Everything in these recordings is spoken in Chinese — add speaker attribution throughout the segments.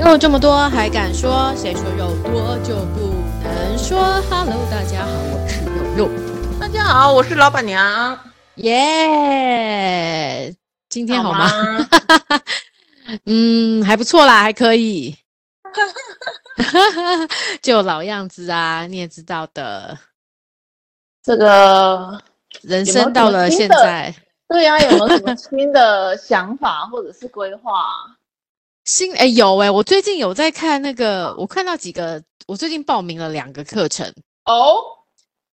Speaker 1: 肉这么多还敢说？谁说肉多就不能说？Hello，大家好，我是肉肉，
Speaker 2: 大家好，我是老板娘。
Speaker 1: 耶、今天好吗？
Speaker 2: 吗？
Speaker 1: 嗯，还不错啦，还可以。 就老样子啊，你也知道的，
Speaker 2: 这个
Speaker 1: 人
Speaker 2: 有没有
Speaker 1: 生到
Speaker 2: 什么
Speaker 1: 了
Speaker 2: 新
Speaker 1: 现
Speaker 2: 的
Speaker 1: 在，
Speaker 2: 对呀、有没有什么新的想法或者是规划？
Speaker 1: 新哎、有哎、我最近有在看那个，我看到几个，我最近报名了两个课程，
Speaker 2: 哦，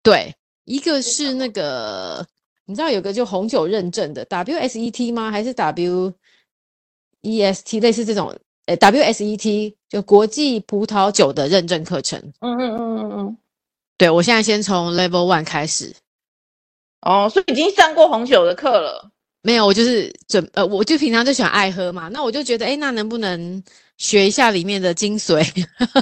Speaker 1: 对，一个
Speaker 2: 是
Speaker 1: 是
Speaker 2: 什
Speaker 1: 那个，你知道有个就红酒认证的 WSET 吗？还是 WEST 类似这种？呃，WSET 就国际葡萄酒的认证课程。
Speaker 2: 嗯嗯嗯嗯嗯，
Speaker 1: 对，我现在先从 Level One 开始，
Speaker 2: 哦，所以已经上过红酒的课了。
Speaker 1: 没有，我就是准呃，我就平常就喜欢爱喝嘛，那我就觉得，哎，那能不能学一下里面的精髓？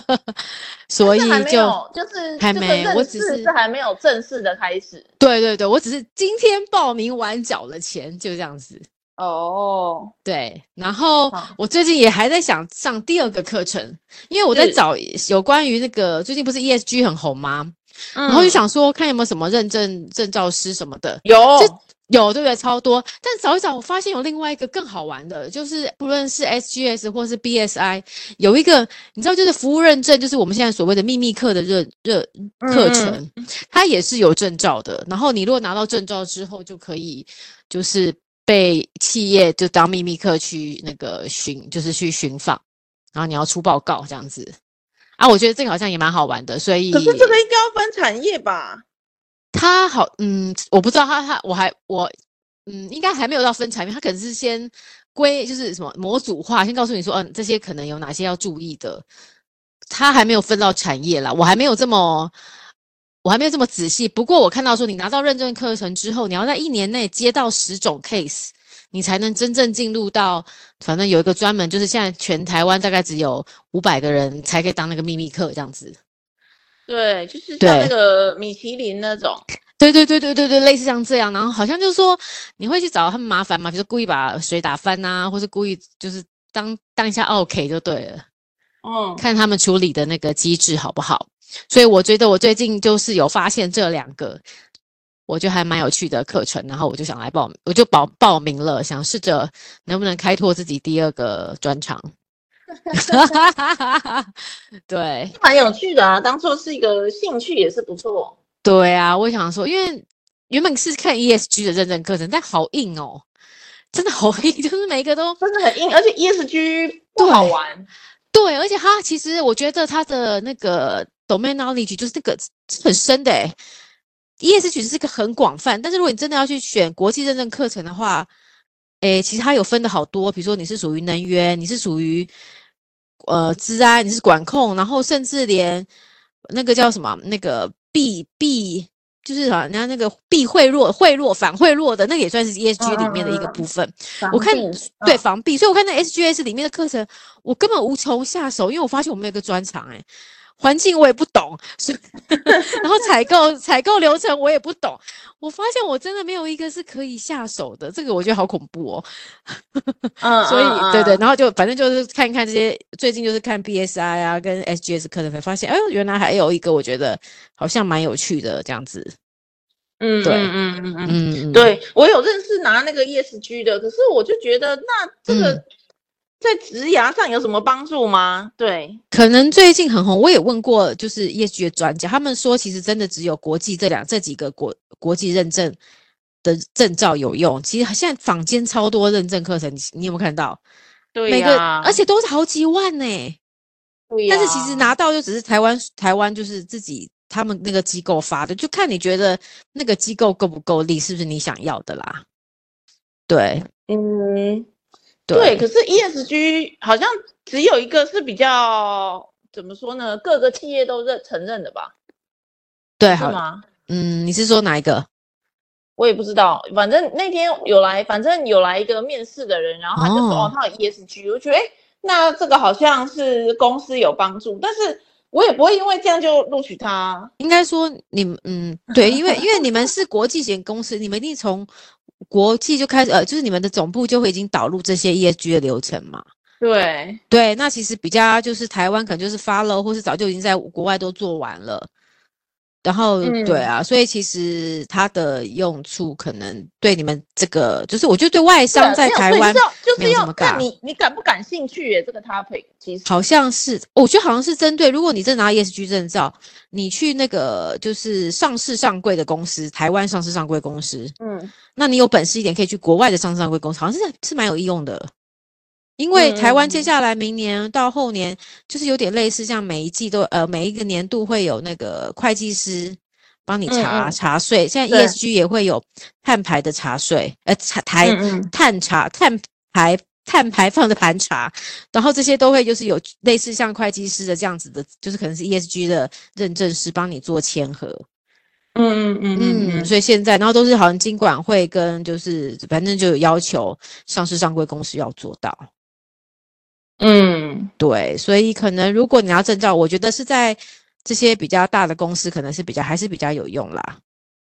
Speaker 1: 所以
Speaker 2: 但是还没
Speaker 1: 就
Speaker 2: 有，就是
Speaker 1: 还
Speaker 2: 这个
Speaker 1: 没
Speaker 2: 认
Speaker 1: 我只
Speaker 2: 识
Speaker 1: 是
Speaker 2: 是还没有正式的开始。
Speaker 1: 对对对，我只是今天报名完缴了钱，就这样子。
Speaker 2: 哦，
Speaker 1: 对，然后
Speaker 2: 好
Speaker 1: 我最近也还在想上第二个课程，因为我在
Speaker 2: 是
Speaker 1: 找有关于那个最近不是 ESG 很红吗？
Speaker 2: 然
Speaker 1: 然后就想说看有没有什么认证证照师什么的，
Speaker 2: 有
Speaker 1: 有对不对？超多，但找一找，我发现有另外一个更好玩的，就是不论是 SGS 或是 BSI，有一个你知道就是服务认证，就是我们现在所谓的秘密课的认认课
Speaker 2: 嗯
Speaker 1: 程，它也是有证照的。然后你如果拿到证照之后，就可以就是被企业就当秘密课去那个巡，就是去巡访，然后你要出报告这样子。啊，我觉得这个好像也蛮好玩的，所以
Speaker 2: 可是这个应该要分产业吧？
Speaker 1: 他好，嗯，我不知道他他我还我，嗯，应该还没有到分产品，他可能是先归就是什么模组化，先告诉你说，嗯、这些可能有哪些要注意的，他还没有分到产业啦，我还没有这么。我还没有这么仔细，不过我看到说，你拿到认证课程之后，你要在一年内接到十种 case，你才能真正进入到，反正有一个专门，就是现在全台湾大概只有五百个人才可以当那个秘密课这样子。
Speaker 2: 对，就是像
Speaker 1: 对
Speaker 2: 那个米其林那种。
Speaker 1: 对对对对对对，类似像这样，然后好像就是说你会去找他们麻烦嘛，比如说故意把水打翻呐、或是故意就是当当一下 OK 就对了，
Speaker 2: 嗯，
Speaker 1: 看他们处理的那个机制好不好。所以我觉得我最近就是有发现这两个，我觉得还蛮有趣的课程，然后我就想来报，我就报报名了，想试着能不能开拓自己第二个专长。 对，
Speaker 2: 蛮有趣的啊，当做是一个兴趣也是不错。
Speaker 1: 对啊，我也想说，因为原本是看 ESG 的认证课程，但好硬哦，真的好硬， 就是每一个都
Speaker 2: 真的很硬，而且 ESG 不好玩。
Speaker 1: 对，而且它其实我觉得它的那个 domain knowledge 就是那个是很深的欸，E 诶 ESG 是一个很广泛，但是如果你真的要去选国际认证课程的话，诶，其实它有分的好多，比如说你是属于能源，你是属于呃治安，你是管控，然后甚至连那个叫什么那个避避，就是好像那个避贿赂、贿赂、反贿赂的，那个也算是 ESG 里面的一个
Speaker 2: 嗯嗯嗯
Speaker 1: 部分。我
Speaker 2: 我
Speaker 1: 看
Speaker 2: 看
Speaker 1: 对
Speaker 2: 对，
Speaker 1: 防避，所以我看那 SGS 里面的课程，我根本无从下手，因为我发现我没有一个专长哎、环境我也不懂，所以 然后采购采购流程我也不懂，我发现我真的没有一个是可以下手的，这个我觉得好恐怖哦。
Speaker 2: 嗯
Speaker 1: 所以对对，
Speaker 2: 嗯
Speaker 1: 然后就反正就是看一看这些，最近就是看 BSI 啊跟 SGS 课程，才发现哎呦原来还有一个我觉得好像蛮有趣的这样子，
Speaker 2: 嗯
Speaker 1: 对
Speaker 2: 嗯嗯嗯嗯，
Speaker 1: 嗯，嗯，
Speaker 2: 对我有认识拿那个 ESG 的，可是我就觉得那这个
Speaker 1: 嗯
Speaker 2: 在职涯上有什么帮助吗？对，
Speaker 1: 可能最近很红，我也问过，就是业界专家，他们说其实真的只有国际这两这几个国国际认证的证照有用。其实现在坊间超多认证课程，你你有没有看到？
Speaker 2: 对
Speaker 1: 每个
Speaker 2: 呀，
Speaker 1: 而且都是好几万呢、
Speaker 2: 对呀，
Speaker 1: 但是其实拿到就只是台湾台湾就是自己他们那个机构发的，就看你觉得那个机构够不够力，是不是你想要的啦？对
Speaker 2: 嗯，
Speaker 1: 对
Speaker 2: 对，可是 ESG 好像只有一个是比较怎么说呢？各个企业都认承认的吧？
Speaker 1: 对，
Speaker 2: 是
Speaker 1: 好，
Speaker 2: 吗？
Speaker 1: 嗯，你是说哪一个？
Speaker 2: 我也不知道，反正那天有来，反正有来一个面试的人，然后他就说
Speaker 1: 哦
Speaker 2: 哦，他有 ESG，我就觉得哎，诶那这个好像是公司有帮助，但是我也不会因为这样就录取他。啊
Speaker 1: 应该说你们嗯，对，因 为因为你们是国际型公司，你们一定从国际就开始，呃，就是你们的总部就会已经导入这些 ESG 的流程嘛。
Speaker 2: 对，
Speaker 1: 对，那其实比较就是台湾可能就是 follow 或是早就已经在国外都做完了，然后、
Speaker 2: 嗯
Speaker 1: 对啊，所以其实它的用处可能对你们这个，就是我觉得对外商
Speaker 2: 对啊
Speaker 1: 在
Speaker 2: 没有
Speaker 1: 台
Speaker 2: 所以
Speaker 1: 湾
Speaker 2: 是要就
Speaker 1: 没有
Speaker 2: 是
Speaker 1: 这
Speaker 2: 要
Speaker 1: 么尬
Speaker 2: 看你你感不感兴趣耶，这个 topic 其实
Speaker 1: 好像是，我觉得好像是针对，如果你真的拿 ESG 证照，你去那个就是上市上柜的公司，台湾上市上柜公司，
Speaker 2: 嗯，
Speaker 1: 那你有本事一点，可以去国外的上市上柜公司，好像是是蛮有用的。因为台湾接
Speaker 2: 嗯
Speaker 1: 下来明年到后年，就是有点类似，像每一季都呃每一个年度会有那个会计师帮你
Speaker 2: 嗯
Speaker 1: 查
Speaker 2: 嗯
Speaker 1: 查税，现在
Speaker 2: 对
Speaker 1: ESG 也会有碳排的查税，呃查台
Speaker 2: 嗯嗯
Speaker 1: 碳查、碳排、碳排放的盘查，然后这些都会就是有类似像会计师的这样子的，就是可能是 ESG 的认证师帮你做签合。
Speaker 2: 嗯嗯嗯
Speaker 1: 嗯，
Speaker 2: 嗯
Speaker 1: 所以现在，然后都是好像经管会跟就是反正就有要求上市上柜公司要做到。
Speaker 2: 嗯，
Speaker 1: 对，所以可能如果你要证照，我觉得是在这些比较大的公司，可能是比较还是比较有用啦。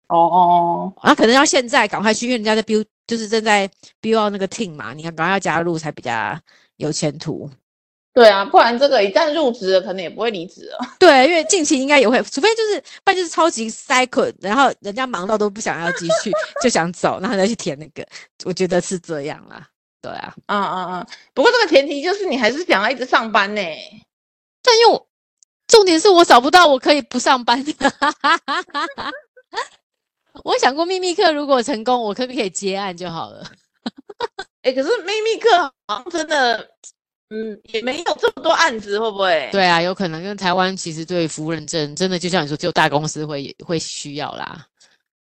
Speaker 2: 哦哦，
Speaker 1: 然后可能要现在赶快去，因为人家在 build 就是正在 build out 那个 team 嘛，你要赶快要加入才比较有前途。
Speaker 2: 对啊，不然这个一旦入职了，可能也不会离职了。
Speaker 1: 对，因为近期应该也会，除非就是，不然就是超级 cycle，然后人家忙到都不想要继续，就想走，然后再去填那个，我觉得是这样啦。对啊，
Speaker 2: 嗯嗯嗯，不过这个前提就是你还是想要一直上班呢。
Speaker 1: 但因为我重点是我找不到我可以不上班的， 我想过秘密课如果成功，我可不可以接案就好了？
Speaker 2: 哎，可是秘密课好像真的，嗯，也没有这么多案子，会不会？
Speaker 1: 对啊，有可能跟台湾其实对服务认证真的就像你说，只有大公司会会需要啦，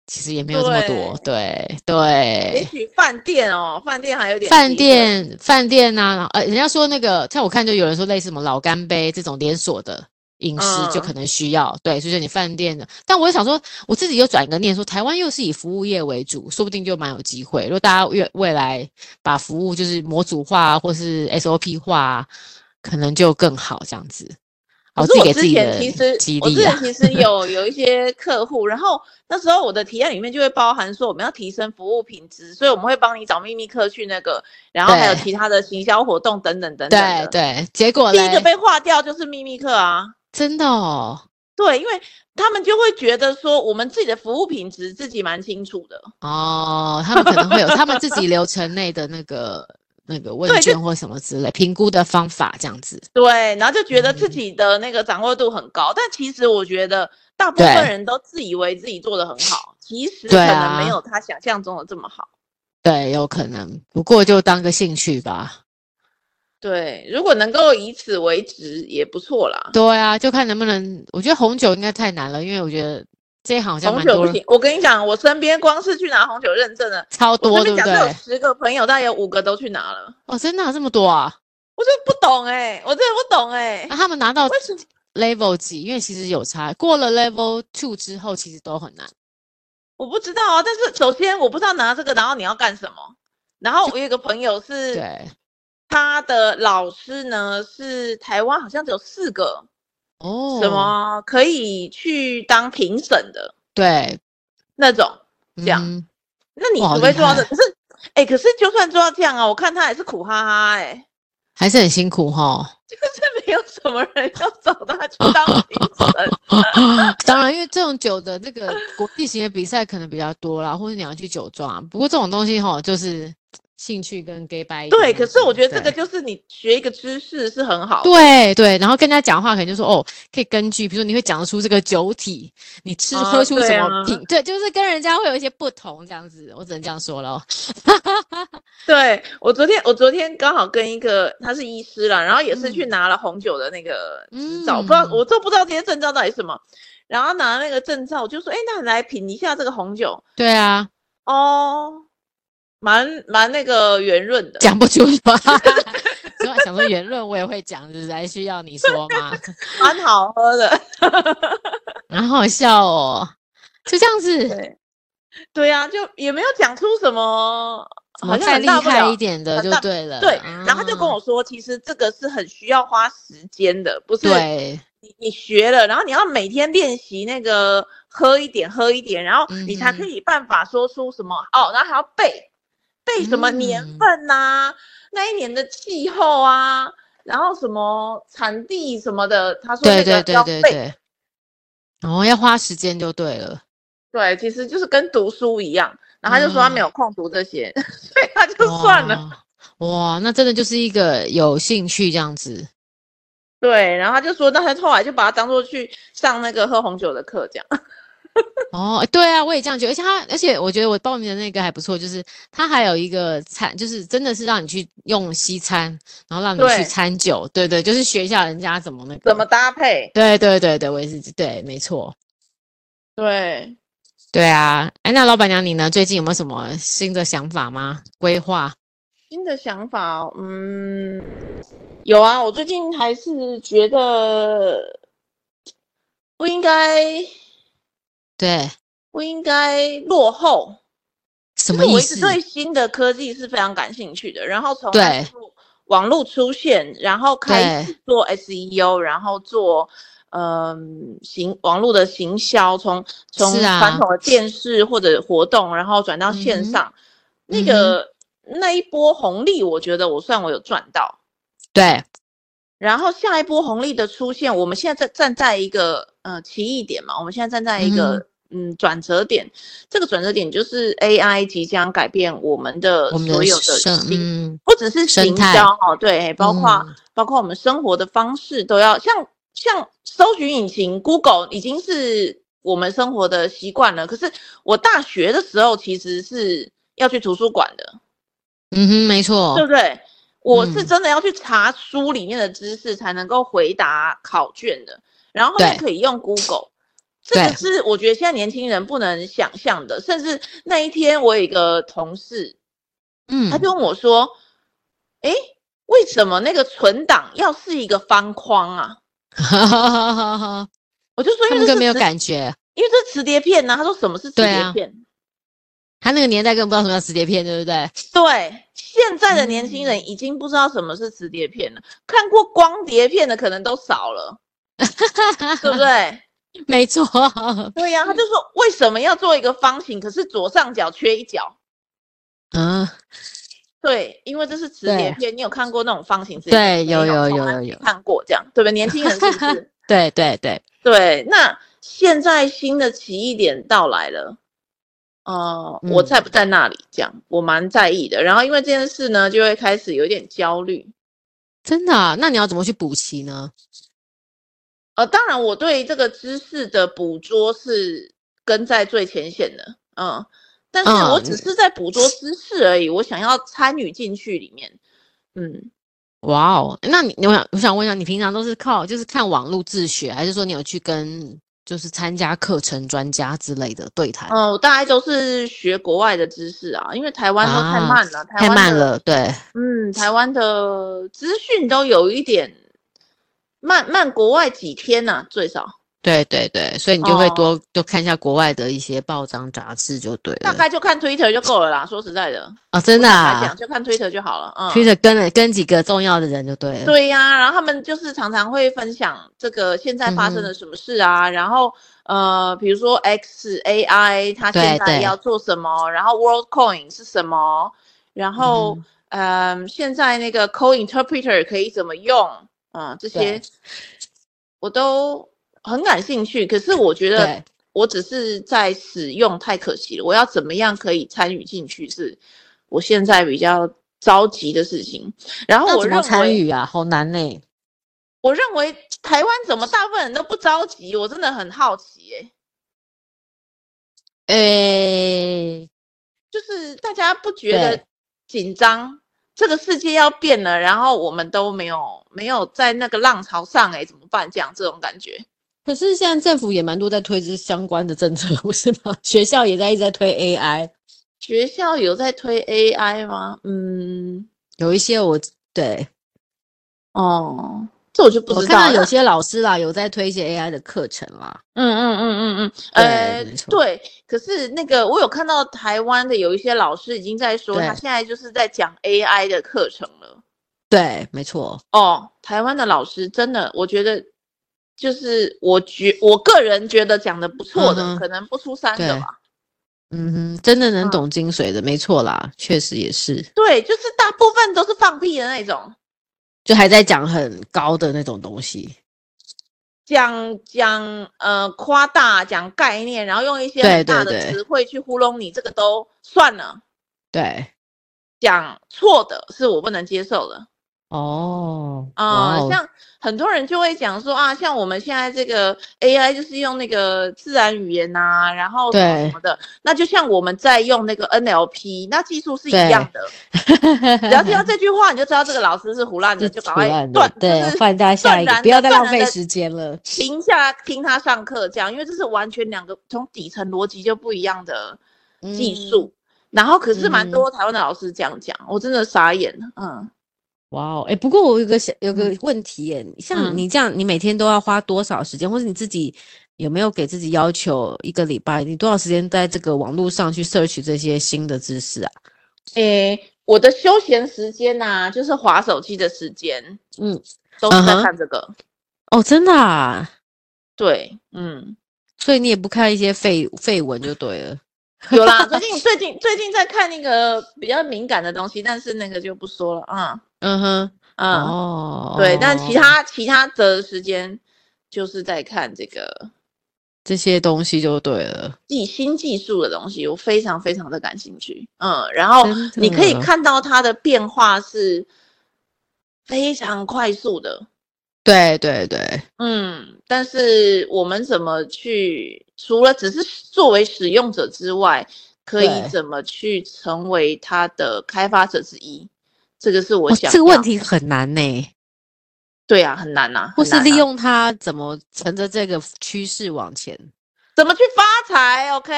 Speaker 1: 其实也没有这么多。对
Speaker 2: 也
Speaker 1: 对，
Speaker 2: 许饭店哦，饭店还有点
Speaker 1: 饭
Speaker 2: 机会，
Speaker 1: 店饭店呐、然后呃，人家说那个，像我看就有人说类似什么老干杯这种连锁的饮食就
Speaker 2: 嗯
Speaker 1: 可能需要，对，所以说你饭店的。但我就想说，我自己又转一个念说，台湾又是以服务业为主，说不定就蛮有机会。如果大家越未来把服务就是模组化或是 SOP 化，可能就更好这样子。好，
Speaker 2: 可
Speaker 1: 我
Speaker 2: 是
Speaker 1: 自己
Speaker 2: 我
Speaker 1: 哦给自
Speaker 2: 之
Speaker 1: 己的激
Speaker 2: 前其实我之
Speaker 1: 励啊
Speaker 2: 前。其实有有一些客户，然后那时候我的提案里面就会包含说我们要提升服务品质，所以我们会帮你找秘密客去那个，然后还有
Speaker 1: 对
Speaker 2: 其他的行销活动等等等等
Speaker 1: 对
Speaker 2: 的。
Speaker 1: 对，结果
Speaker 2: 第一个
Speaker 1: 嘞，
Speaker 2: 被划掉就是秘密客啊，
Speaker 1: 真的哦，
Speaker 2: 对，因为他们就会觉得说我们自己的服务品质自己蛮清楚的，
Speaker 1: 哦，他们可能会有他们自己流程内的那个 那个问
Speaker 2: 对就
Speaker 1: 卷或什么之类评估的方法，这样子。
Speaker 2: 对，然后就觉得自
Speaker 1: 嗯
Speaker 2: 己的那个掌握度很高，但其实我觉得大部分
Speaker 1: 对
Speaker 2: 人都自以为自己做的很好，其实可
Speaker 1: 对
Speaker 2: 能
Speaker 1: 啊
Speaker 2: 没有他想象中的这么好。
Speaker 1: 对，有可能，不过就当个兴趣吧。
Speaker 2: 对，如果能够以此为职也不错啦。
Speaker 1: 对啊，就看能不能。我觉得红酒应该太难了，因为我觉得这一行好像
Speaker 2: 红
Speaker 1: 蛮
Speaker 2: 酒
Speaker 1: 多
Speaker 2: 不
Speaker 1: 人，
Speaker 2: 行，我跟你讲，我身边光是去拿红酒认证的，
Speaker 1: 超
Speaker 2: 我
Speaker 1: 多，对
Speaker 2: 身边
Speaker 1: 不
Speaker 2: 假设
Speaker 1: 对？
Speaker 2: 有十个朋友，但有五个都去拿了，
Speaker 1: 哦，真的啊、这么多啊？
Speaker 2: 我真的不懂哎、我真的不懂哎、
Speaker 1: 那、他们拿到
Speaker 2: 为什么？
Speaker 1: level 几？因为其实有差，过了 level two 之后，其实都很难。
Speaker 2: 我不知道啊。但是首先我不知道拿这个，然后你要干什么？然后我有一个朋友是
Speaker 1: 对，
Speaker 2: 他的老师呢，是台湾好像只有四个
Speaker 1: 哦，
Speaker 2: 什？么可以去当评审的
Speaker 1: 对，
Speaker 2: 那种，这样
Speaker 1: 嗯
Speaker 2: 那你
Speaker 1: 哇好
Speaker 2: 只会
Speaker 1: 厉
Speaker 2: 做到这，
Speaker 1: 害
Speaker 2: 可是，哎、可是就算做到这样啊，我看他也是苦哈哈、哎，
Speaker 1: 还是很辛苦哈。
Speaker 2: 就是没有什么人要找他去当评 审。
Speaker 1: 当然，因为这种酒的那 个国际型的比赛可能比较多啦，或者你要去酒庄啊。不过这种东西哈，就是兴趣跟 gay 拜。
Speaker 2: 对，可是我觉得这个
Speaker 1: 对
Speaker 2: 就是你学一个知识是很好的，
Speaker 1: 对对，然后跟人家讲话，可能就说哦，可以根据，比如说你会讲得出这个酒体，你吃、
Speaker 2: 啊
Speaker 1: 喝出
Speaker 2: 对
Speaker 1: 什么
Speaker 2: 啊
Speaker 1: 品，对，就是跟人家会有一些不同这样子，我只能这样说了。
Speaker 2: 对我昨天我昨天刚好跟一个他是医师啦，然后也是去
Speaker 1: 嗯
Speaker 2: 拿了红酒的那个执照，
Speaker 1: 嗯
Speaker 2: 不知道我都不知道这些证照到底是什么。然后拿了那个证照，我就说，哎、那你来品一下这个红酒
Speaker 1: 对啊，
Speaker 2: 哦，蛮蛮那个圆润的。
Speaker 1: 讲不出什么， 所以想说言论我也会讲，就是还需要你说吗？
Speaker 2: 蛮好喝的。
Speaker 1: 然后好笑哦，就这样子。
Speaker 2: 对，对啊，就也没有讲出什么，
Speaker 1: 怎么
Speaker 2: 好像
Speaker 1: 再
Speaker 2: 很
Speaker 1: 厉
Speaker 2: 大不
Speaker 1: 害
Speaker 2: 了
Speaker 1: 一点的
Speaker 2: 很
Speaker 1: 就
Speaker 2: 大
Speaker 1: 对了。
Speaker 2: 对。然后他就跟
Speaker 1: 啊
Speaker 2: 我说，其实这个是很需要花时间的，不是
Speaker 1: 对
Speaker 2: 你你学了，然后你要每天练习那个喝一点喝一点，然后你才
Speaker 1: 嗯
Speaker 2: 可
Speaker 1: 哼
Speaker 2: 以办法说出什么哦，然后还要背。被什么年
Speaker 1: 嗯
Speaker 2: 份呐、那一年的气候啊，然后什么产地什么的，他说
Speaker 1: 对
Speaker 2: 那
Speaker 1: 对
Speaker 2: 个
Speaker 1: 对
Speaker 2: 要
Speaker 1: 对
Speaker 2: 背
Speaker 1: 对，然后要花时间就对了。
Speaker 2: 对，其实就是跟读书一样。然后他就说他
Speaker 1: 嗯
Speaker 2: 没有空读这些， 所以他 就算
Speaker 1: 哦
Speaker 2: 了。
Speaker 1: 哇。哇，那真的就是一个有兴趣这样子。
Speaker 2: 对，然后他就说，那他后来就把它当做去上那个喝红酒的课，这样。
Speaker 1: 哦，对啊，我也这样觉得，而且他，而且我觉得我报名的那个还不错，就是他还有一个餐，就是真的是让你去用西餐，然后让你去
Speaker 2: 对
Speaker 1: 餐酒，对对，就是学一下人家怎么那个，
Speaker 2: 怎么搭配？
Speaker 1: 对对对对，我也是，对，没错，
Speaker 2: 对，
Speaker 1: 对啊，哎，那老板娘你呢？最近有没有什么新的想法吗？规划？
Speaker 2: 新的想法哦，嗯，有啊，我最近还是觉得不应该
Speaker 1: 对，
Speaker 2: 不应该落后，
Speaker 1: 什
Speaker 2: 就
Speaker 1: 么
Speaker 2: 是我
Speaker 1: 意
Speaker 2: 一直
Speaker 1: 思？
Speaker 2: 对新的科技是非常感兴趣的。然后从
Speaker 1: 对
Speaker 2: 它出网络出现，然后开始做 SEO，然后做嗯行网络的行销，从从
Speaker 1: 是啊
Speaker 2: 传统的电视或者活动，然后转到线
Speaker 1: 嗯哼
Speaker 2: 上，那
Speaker 1: 嗯哼
Speaker 2: 个、那一波红利，我觉得我算我有赚到。
Speaker 1: 对，
Speaker 2: 然后下一波红利的出现，我们现在在站在一个呃奇异点嘛，我们现在站在一个嗯转折点，这个转折点就是 AI 即将改变我们的
Speaker 1: 我们
Speaker 2: 所有的
Speaker 1: 生，
Speaker 2: 行，
Speaker 1: 嗯，
Speaker 2: 不只是
Speaker 1: 生
Speaker 2: 行
Speaker 1: 态
Speaker 2: 销哦，对，包括、
Speaker 1: 嗯
Speaker 2: 包括我们生活的方式都要像像搜寻引擎 Google 已经是我们生活的习惯了，可是我大学的时候其实是要去图书馆的，
Speaker 1: 嗯哼，没错
Speaker 2: 对，不对？我是
Speaker 1: 嗯
Speaker 2: 真的要去查书里面的知识才能够回答考卷的，然后后面
Speaker 1: 对
Speaker 2: 可以用 Google。这个
Speaker 1: 对
Speaker 2: 是我觉得现在年轻人不能想象的，甚至那一天我有一个同事，
Speaker 1: 嗯，
Speaker 2: 他就问我说：“诶，为什么那个存档要是一个方框啊
Speaker 1: 他？”
Speaker 2: 我就说：“因为
Speaker 1: 们
Speaker 2: 这
Speaker 1: 更
Speaker 2: 是
Speaker 1: 没有
Speaker 2: 磁
Speaker 1: 感觉，
Speaker 2: 因为这是磁碟片呢、他说：“什么是磁
Speaker 1: 对
Speaker 2: 碟
Speaker 1: 啊
Speaker 2: 片？”
Speaker 1: 他那个年代根本不知道什么叫磁碟片，对不对？
Speaker 2: 对，现在的年轻
Speaker 1: 嗯
Speaker 2: 人已经不知道什么是磁碟片了，看过光碟片的可能都 少了，对不对？
Speaker 1: 没错，
Speaker 2: 对呀、他就说为什么要做一个方形，可是左上角缺一角？
Speaker 1: 嗯，
Speaker 2: 对，因为这是磁碟
Speaker 1: 对
Speaker 2: 片，你有看过那种方形磁碟
Speaker 1: 对，
Speaker 2: 片？
Speaker 1: 有
Speaker 2: 没
Speaker 1: 有
Speaker 2: 从
Speaker 1: 有
Speaker 2: 来
Speaker 1: 有
Speaker 2: 没
Speaker 1: 有，
Speaker 2: 看过这样，对不对？年轻人是不是？
Speaker 1: 对对对，
Speaker 2: 对，那现在新的奇异点到来了。呃，我
Speaker 1: 嗯
Speaker 2: 在不在那里？这样我蛮在意的。然后因为这件事呢，就会开始有点焦虑。
Speaker 1: 真的啊、那你要怎么去补齐呢？
Speaker 2: 呃，当然，我对这个知识的捕捉是跟在最前线的，嗯，但是我
Speaker 1: 嗯
Speaker 2: 只是在捕捉知识而已，我想要参与进去里面，嗯，
Speaker 1: 哇哦，那你我想我想问一下，你平常都是靠就是看网络自学，还是说你有去跟就是参加课程、专家之类的对谈？
Speaker 2: 哦、我大概都是学国外的知识啊，因为台湾都太
Speaker 1: 啊
Speaker 2: 慢了，台
Speaker 1: 太
Speaker 2: 湾
Speaker 1: 慢
Speaker 2: 的，
Speaker 1: 了，对，
Speaker 2: 嗯，台湾的资讯都有一点慢，慢国外几天呐、最少
Speaker 1: 对对对，所以你就会
Speaker 2: 哦
Speaker 1: 多、多看一下国外的一些报章杂志就对
Speaker 2: 大
Speaker 1: 了。
Speaker 2: 概就看 Twitter 就够了啦，说实在的，
Speaker 1: 哦，真的
Speaker 2: 来
Speaker 1: 啊
Speaker 2: 讲就看 Twitter 就好了，嗯。
Speaker 1: ，Twitter 跟了跟几个重要的人就对了。
Speaker 2: 对呀、然后他们就是常常会分享这个现在发生
Speaker 1: 嗯
Speaker 2: 了什么事啊，然后呃，比如说 X AI 它
Speaker 1: 对
Speaker 2: 现在
Speaker 1: 对
Speaker 2: 要做什么，然后 WorldCoin 是什么，然后嗯、呃现在那个 CoInterpreter 可以怎么用，嗯、这些
Speaker 1: 对
Speaker 2: 我都很感兴趣。可是我觉得
Speaker 1: 对
Speaker 2: 我只是在使用，太可惜了。我要怎么样可以参与进去，是我现在比较着急的事情。然后
Speaker 1: 那
Speaker 2: 我
Speaker 1: 哦怎
Speaker 2: 认
Speaker 1: 么参
Speaker 2: 为。
Speaker 1: 与啊？好难呢、
Speaker 2: 我认为台湾怎么大部分人都不着急，我真的很好奇耶、
Speaker 1: 诶、
Speaker 2: 就是大家不觉得
Speaker 1: 对
Speaker 2: 紧张，这个世界要变了，然后我们都没有没有在那个浪潮上、哎，怎么办？这样这种感觉，
Speaker 1: 可是现在政府也蛮多在推这相关的政策，不是吗？学校也在一直在推 AI，
Speaker 2: 学校有在推 AI 吗？嗯，
Speaker 1: 有一些我对
Speaker 2: 哦，这我就不
Speaker 1: 我
Speaker 2: 知道
Speaker 1: 看到有
Speaker 2: 了。
Speaker 1: 些老师啦，有在推一些 AI 的课程啦。
Speaker 2: 嗯嗯嗯嗯嗯，
Speaker 1: 对
Speaker 2: 呃
Speaker 1: 没，错
Speaker 2: 对，可是那个我有看到台湾的有一些老师已经在说，
Speaker 1: 对
Speaker 2: 他现在就是在讲 AI 的课程了。
Speaker 1: 对，没错，
Speaker 2: 哦，台湾的老师真的，我觉得就是我觉我个人觉得讲的不错的，
Speaker 1: 嗯哼
Speaker 2: 可能不出三个
Speaker 1: 对
Speaker 2: 吧。
Speaker 1: 嗯哼，真的能
Speaker 2: 嗯
Speaker 1: 懂精髓的，没错啦，确实也是，
Speaker 2: 对，就是大部分都是放屁的那种，
Speaker 1: 就还在讲很高的那种东西，
Speaker 2: 讲讲呃夸大，讲概念，然后用一些
Speaker 1: 对
Speaker 2: 很大
Speaker 1: 对
Speaker 2: 的
Speaker 1: 对
Speaker 2: 词汇去糊弄你，这个都算了。
Speaker 1: 对，
Speaker 2: 讲错的是我不能接受的
Speaker 1: 哦，
Speaker 2: 啊、
Speaker 1: 哇哦
Speaker 2: 像很多人就会讲说啊，像我们现在这个 AI 就是用那个自然语言呐、然后什么
Speaker 1: 对
Speaker 2: 什么的，那就像我们在用那个 NLP，那技术是一样的。 只要听到这句话，你就知道这个老师是胡乱的，
Speaker 1: 是
Speaker 2: 就
Speaker 1: 腐
Speaker 2: 赶快
Speaker 1: 烂的
Speaker 2: 断，，
Speaker 1: 对
Speaker 2: 就，是
Speaker 1: 换大家下一个，
Speaker 2: 断然
Speaker 1: 不要再
Speaker 2: 断
Speaker 1: 浪
Speaker 2: 然
Speaker 1: 费
Speaker 2: 地
Speaker 1: 时间了。
Speaker 2: 停下来听他上课，这样，因为这是完全两个从底层逻辑就不一样的技术。然后可是蛮
Speaker 1: 嗯
Speaker 2: 多台湾的老师这样讲，我真的傻眼了。嗯，
Speaker 1: 哇哦，哎，不过我有个小有个问题耶，像
Speaker 2: 嗯
Speaker 1: 你这样，你每天都要花多少时间，或者你自己有没有给自己要求一个礼拜，你多少时间在这个网络上去 search 这些新的知识啊？
Speaker 2: 诶，我的休闲时间呐、就是划手机的时间，
Speaker 1: 嗯，
Speaker 2: 都是
Speaker 1: 嗯
Speaker 2: 在
Speaker 1: 哼
Speaker 2: 看这个。
Speaker 1: 哦，真的啊，
Speaker 2: 对， 嗯，
Speaker 1: 所以你也不看一些废废文就对了。
Speaker 2: 有啦，最近最近最近在看那个比较敏感的东西，但是那个就不说了。嗯
Speaker 1: 嗯哼，
Speaker 2: 嗯，
Speaker 1: 哦，
Speaker 2: 对，但其他其他的时间就是在看这个
Speaker 1: 这些东西就对了。
Speaker 2: 技新技术的东西，我非常非常的感兴趣。嗯，然后
Speaker 1: 真
Speaker 2: 你可以
Speaker 1: 的
Speaker 2: 看到它的变化是非常快速的。
Speaker 1: 对对对，
Speaker 2: 嗯，但是我们怎么去，除了只是作为使用者之外，可以
Speaker 1: 对
Speaker 2: 怎么去成为它的开发者之一？哦这个是我
Speaker 1: 哇哦
Speaker 2: 想、
Speaker 1: 这个问，题很难呢、
Speaker 2: 对啊，很难呐、
Speaker 1: 或
Speaker 2: 很
Speaker 1: 是
Speaker 2: 难
Speaker 1: 利
Speaker 2: 啊
Speaker 1: 用它怎么乘着这个趋势往前。
Speaker 2: 怎么去发财？OK，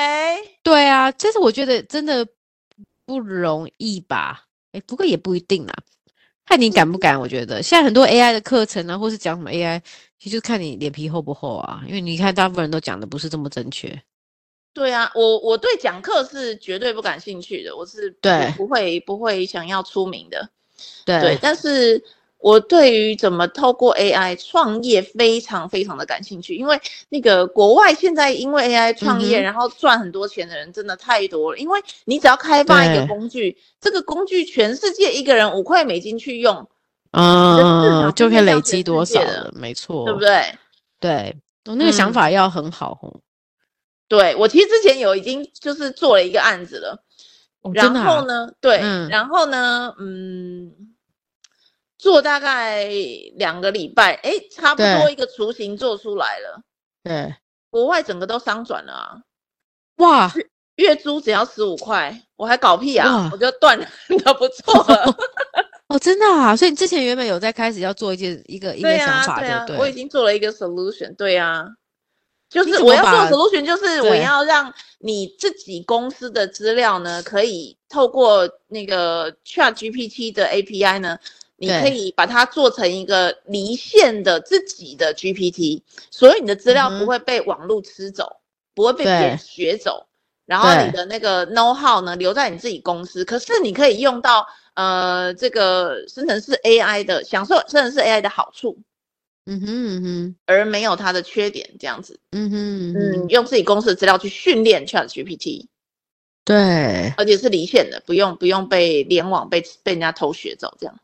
Speaker 1: 对啊，这是我觉得真的不容易吧？哎，不过也不一定啦，看你敢不敢。我觉得现在很多 AI 的课程啊，或是讲什么 AI，其实就看你脸皮厚不厚啊。因为你看，大部分人都讲的不是这么正确。
Speaker 2: 对啊，我我对讲课是绝对不感兴趣的，我是不
Speaker 1: 对
Speaker 2: 不会不会想要出名的。
Speaker 1: 对
Speaker 2: 对，但是我对于怎么透过 AI 创业非常非常的感兴趣，因为那个国外现在因为 AI 创业，
Speaker 1: 嗯哼
Speaker 2: 然后赚很多钱的人真的太多了。因为你只要开发一个
Speaker 1: 对
Speaker 2: 工具，这个工具全世界一个人五块美金去用，
Speaker 1: 嗯，就可以
Speaker 2: 面
Speaker 1: 累
Speaker 2: 向
Speaker 1: 积
Speaker 2: 全
Speaker 1: 多
Speaker 2: 世界
Speaker 1: 少
Speaker 2: 的
Speaker 1: 了，没错，
Speaker 2: 对不？对？
Speaker 1: 对，我、那个想
Speaker 2: 嗯
Speaker 1: 法要很好哦。
Speaker 2: 对我其实之前有已经就是做了一个案子了，
Speaker 1: 哦
Speaker 2: 然
Speaker 1: 真的啊
Speaker 2: 后呢，对，
Speaker 1: 嗯
Speaker 2: 然后呢，嗯，做大概两个礼拜，哎，差不
Speaker 1: 对
Speaker 2: 多一个雏形做出来了。
Speaker 1: 对，
Speaker 2: 国外整个都商转了啊，
Speaker 1: 哇，
Speaker 2: 月租只要十五块，我还搞屁啊
Speaker 1: 哇！
Speaker 2: 我就断了， 都不错了。
Speaker 1: 哦，真的啊，所以你之前原本有在开始要做一件一 个一
Speaker 2: 对
Speaker 1: 个想
Speaker 2: 啊，
Speaker 1: 法
Speaker 2: 对
Speaker 1: 的，
Speaker 2: 啊，
Speaker 1: 对
Speaker 2: 我已经做了一个 solution，对啊，就
Speaker 1: 你
Speaker 2: 是
Speaker 1: 怎
Speaker 2: 我
Speaker 1: 么
Speaker 2: 要做
Speaker 1: 把
Speaker 2: solution，就是我
Speaker 1: 对
Speaker 2: 要让你自己公司的资料呢，可以透过那个 Chat GPT 的 API 呢。你可
Speaker 1: 对
Speaker 2: 以把它做成一个离线的自己的 GPT，所以你的资料
Speaker 1: 嗯哼
Speaker 2: 不会被网络吃走，不会被别
Speaker 1: 对
Speaker 2: 人学走。然后你
Speaker 1: 对
Speaker 2: 的那个 know how 呢留在你自己公司，可是你可以用到呃这个生成式 AI 的享受生成式 AI 的好处，
Speaker 1: 嗯哼嗯哼
Speaker 2: 而没有它的缺点这样子。
Speaker 1: 嗯哼
Speaker 2: 嗯，
Speaker 1: 嗯哼，
Speaker 2: 用自己公司的资料去训练 Chat GPT，
Speaker 1: 对，
Speaker 2: 而且是离线的，不用不用被联网被被人家偷学走这样。